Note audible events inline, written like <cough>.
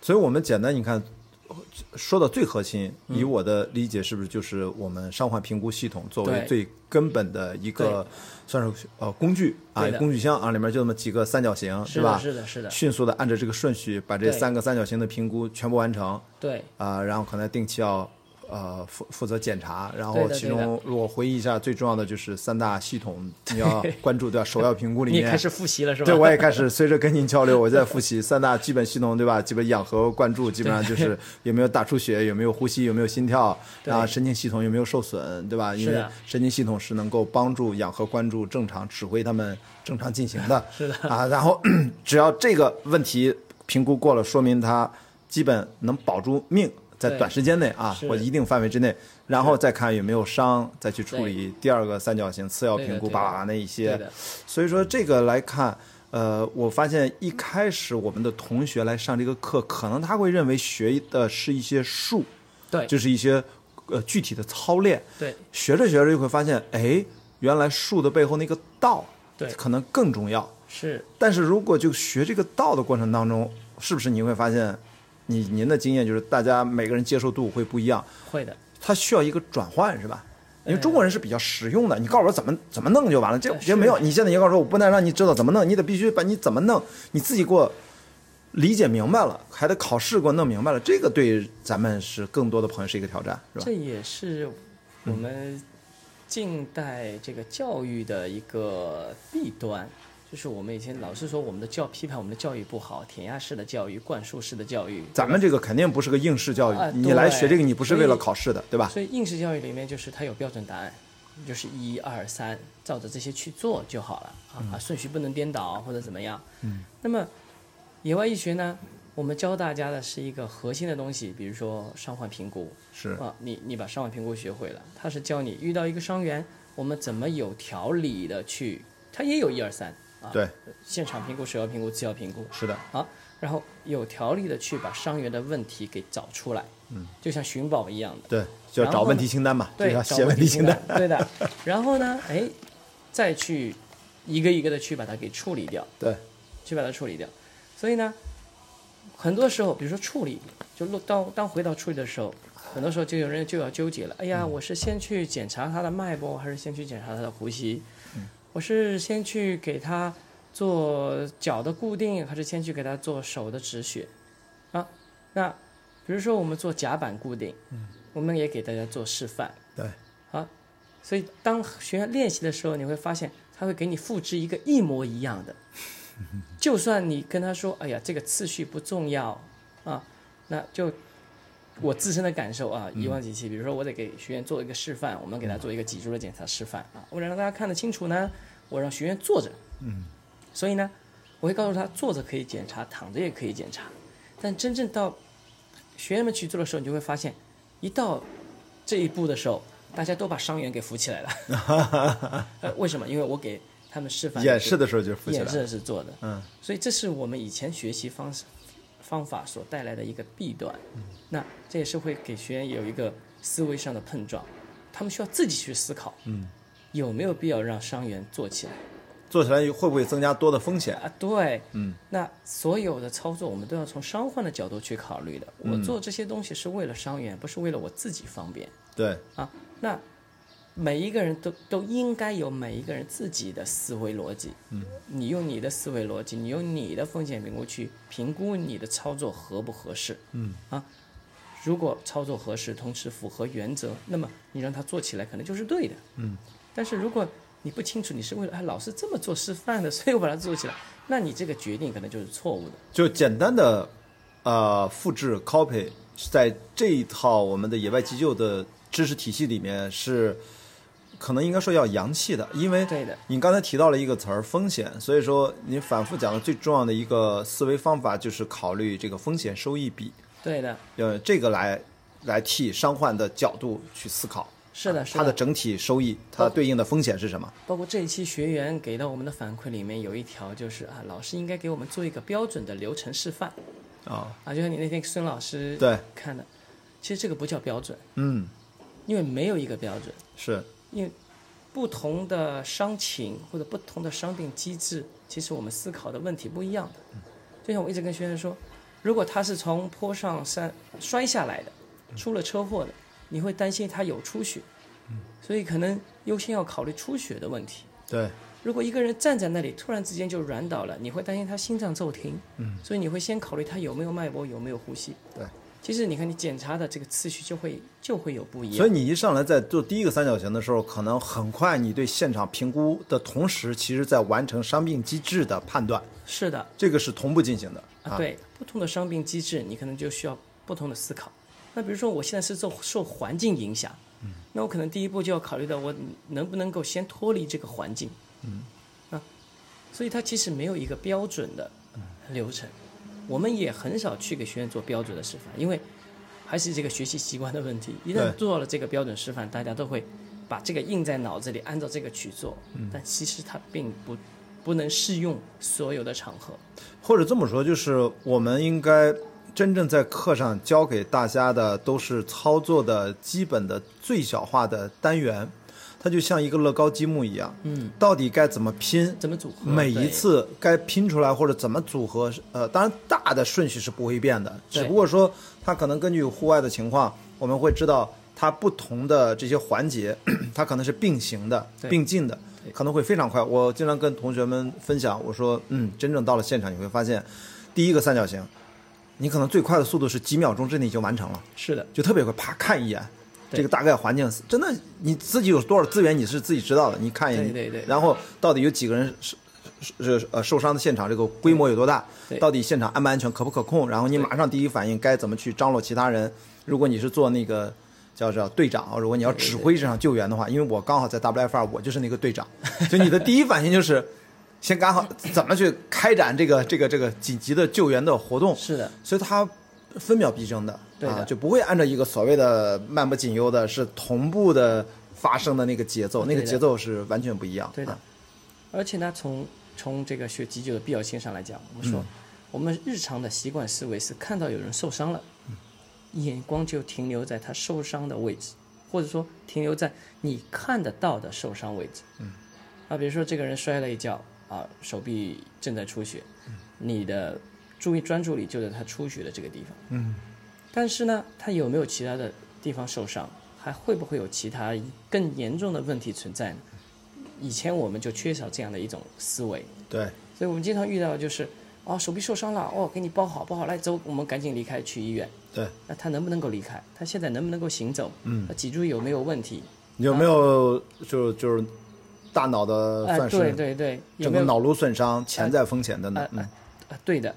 所以我们简单你看，说到最核心，嗯以我的理解，是不是就是我们伤患评估系统作为对最根本的一个算是呃工具啊对的，工具箱啊，里面就这么几个三角形，是吧？的，是的，是的，迅速的按照这个顺序把这对三个三角形的评估全部完成对，啊、然后可能定期要呃负负责检查，然对后的其对的中我回忆一下最重要的就是三大系 <laughs> 统你要关注对吧？首要评估里你也面开始复习了是吧？对，我也开始随着跟您交流，我在复习三大基本系统，对吧？基本氧合灌注，基本上就是有没有大出血，有没有呼吸，有没有心跳，对然后神经系统有没有受损，对吧？因是为的神经系统是能够帮助氧合灌注正常指挥他们正常进行的。 <laughs> 是的啊，然后 <clears throat> 只要这个问题评估过了，说明他基本能保住命。在对短时间内啊是，或一定范围之内，然后再看有没有伤，再去处对理第二个三角形次要对的评估，对的叭叭叭那一些对的，所以说这个来看，呃，我发现一开始我们的同学来上这个课，可能他会认为学的是一些术，对，就是一些呃具体的操练。对，学着学着就会发现，哎，原来术的背后那个道，对可能更重要。是，但是如果就学这个道的过程当中，是不是你会发现，你您的经验就是大家每个人接受度会不一样，会的，它需要一个转换，是吧？因为中国人是比较实用的，你告诉我怎么怎么弄就完了。这呃也没有，是你现在也告诉我，我不能让你知道怎么弄，你得必须把你怎么弄，你自己给我理解明白了，还得考试给我弄明白了。这个对咱们是更多的朋友是一个挑战，是吧这？也是我们近代这个教育的一个弊端，就是我们以前老是说我们的教批判我们的教育不好，填鸭式的教育、灌输式的教育，咱们这个肯定不是个应试教育，啊你来学这个，对你不是为了考试的，对吧？所以应试教育里面就是它有标准答案，就是一二三，照着这些去做就好了啊，嗯啊顺序不能颠倒或者怎么样。嗯。那么野外医学呢，我们教大家的是一个核心的东西，比如说伤患评估是啊，你你把伤患评估学会了，它是教你遇到一个伤员，我们怎么有条理的去，它也有一二三啊，对，现场评估、首要评估、次要评估，是的，啊，然后有条理的去把伤员的问题给找出来，嗯，就像寻宝一样的。对，就要然找后问题清单嘛，就对，要找写问题题清单。对的。然后呢，哎，再去一个一个的去把它给处理掉，对，去把它处理掉。所以呢，很多时候，比如说处理，就落当当回到处理的时候，很多时候就有人就要纠结了。哎呀，我是先去检查他的脉搏，还是先去检查他的呼吸？我是先去给他做脚的固定，还是先去给他做手的止血？啊，那比如说我们做甲板固定，我们也给大家做示范。对，啊，所以当学员练习的时候，你会发现他会给你复制一个一模一样的。就算你跟他说：“哎呀，这个次序不重要啊”，那就我自身的感受啊，一万几期，比如说我得给学员做一个示范，我们给他做一个脊柱的检查示范啊，为了让大家看得清楚呢，我让学员坐着，嗯，所以呢，我会告诉他坐着可以检查，躺着也可以检查，但真正到学员们去做的时候，你就会发现，一到这一步的时候，大家都把伤员给扶起来了，呃为什么？因为我给他们示范演示的时候就复习演了。示是做的，嗯，所以这是我们以前学习方式方法所带来的一个弊端，那这也是会给学员有一个思维上的碰撞，他们需要自己去思考，嗯，有没有必要让伤员做起来？做起来会不会增加多的风险？啊，对，嗯，那所有的操作我们都要从伤患的角度去考虑的。我做这些东西是为了伤员，不是为了我自己方便对，啊。那每一个人都都应该有每一个人自己的思维逻辑，嗯，你用你的思维逻辑，你用你的风险评估去评估你的操作合不合适，嗯啊。如果操作合适，同时符合原则，那么你让他做起来可能就是对的。但是如果你不清楚你是为了哎老师这么做示范的， <laughs> 所以我把它做起来，那你这个决定可能就是错误的。就简单的呃复制 copy，在这一套我们的野外急救的知识体系里面是。可能应该说要洋气的，因为对的你刚才提到了一个词儿风险，所以说你反复讲的最重要的一个思维方法就是考虑这个风险收益比，对的，呃，这个来来替伤患的角度去思考，是的，是它的整体收益，它对应的风险是什么？包括这一期学员给到我们的反馈里面有一条就是啊，老师应该给我们做一个标准的流程示范啊、啊，就像你那天孙老师对看的，其实这个不叫标准，嗯，因为没有一个标准，是因为不同的伤情或者不嗯同的伤病机制，其实我们思考的问题不一样的。就像我一直跟学员说，如果他是从坡上山摔下来的，嗯出了车祸的，你会担心他有出血，嗯所以可能优先要考虑出血的问题。对，如果一个人站在那里，突然之间就软倒了，你会担心他心脏骤停，嗯，所以你会先考虑他有没有脉搏，有没有呼吸。对，其实你看你检查的这个次序就会就会有不一样。所以你一上来在做第一个三角形的时候，可能很快你对现场评估的同时，其实在完成伤病机制的判断，是的，这个是同步进行的。啊，对，不同的伤病机制，你可能就需要不同的思考。那比如说，我现在是受受环境影响，嗯，那我可能第一步就要考虑到我能不能够先脱离这个环境，嗯，啊，所以它其实没有一个标准的流程，我们也很少去给学员做标准的示范，因为还是这个学习习惯的问题。一旦对做了这个标准示范，大家都会把这个印在脑子里，按照这个去做，嗯但其实它并不不能适用所有的场合。或者这么说，就是我们应该真正在课上教给大家的都是操作的基本的最小化的单元，它就像一个乐高积木一样，嗯，到底该怎么拼？怎么组合？每一对次该拼出来或者怎么组合，呃，当然大的顺序是不会变的，对只不过说它可能根据户外的情况，我们会知道它不同的这些环节， <clears throat> 它可能是并行的、对并进的，可能会非常快。我经常跟同学们分享，我说，嗯，真正到了现场，你会发现，第一个三角形，你可能最快的速度是几秒钟之内就完成了。是的，就特别快，啪看一眼，对这个大概环境是真的你自己有多少资源你是自己知道的，你看一眼，对对对然后到底有几个人是是是呃受伤的现场，这个规模有多大对，到底现场安不安全，可不可控，然后你马上第一反应该怎么去张罗其他人。如果你是做那个。叫叫队长，如果你要指挥这场救援的话，因为我刚好在 WFR，我就是那个队长，所以你的第一反应就是先赶好怎么去开展这个这个这个紧急的救援的活动。是的，所以它分秒必争的，对的啊，就不会按照一个所谓的漫不经忧的，是同步的发生的那个节奏，对那的个节奏是完全不一样。对的啊嗯而且呢，从从这个学急救的必要性上来讲，我们说、我们日常的习惯思维是看到有人受伤了，眼光就停留在他受伤的位置，或者说停留在你看得到的受伤位置。嗯，啊，比如说这个人摔了一跤啊，手臂正在出血，你的注意专注力就在他出血的这个地方。嗯，但是呢，他有没有其他的地方受伤？还会不会有其他更严重的问题存在呢？以前我们就缺少这样的一种思维，对，所以我们经常遇到的就是，哦，手臂受伤了，哦，给你包好，包好，来走，我们赶紧离开，去医院。对，那他能不能够离开？他现在能不能够行走？嗯，他脊柱有没有问题？有没有就就是大脑的啊、呃算对是对对，有呃整没个有？脑颅损伤、潜在风险等等？嗯啊、对的。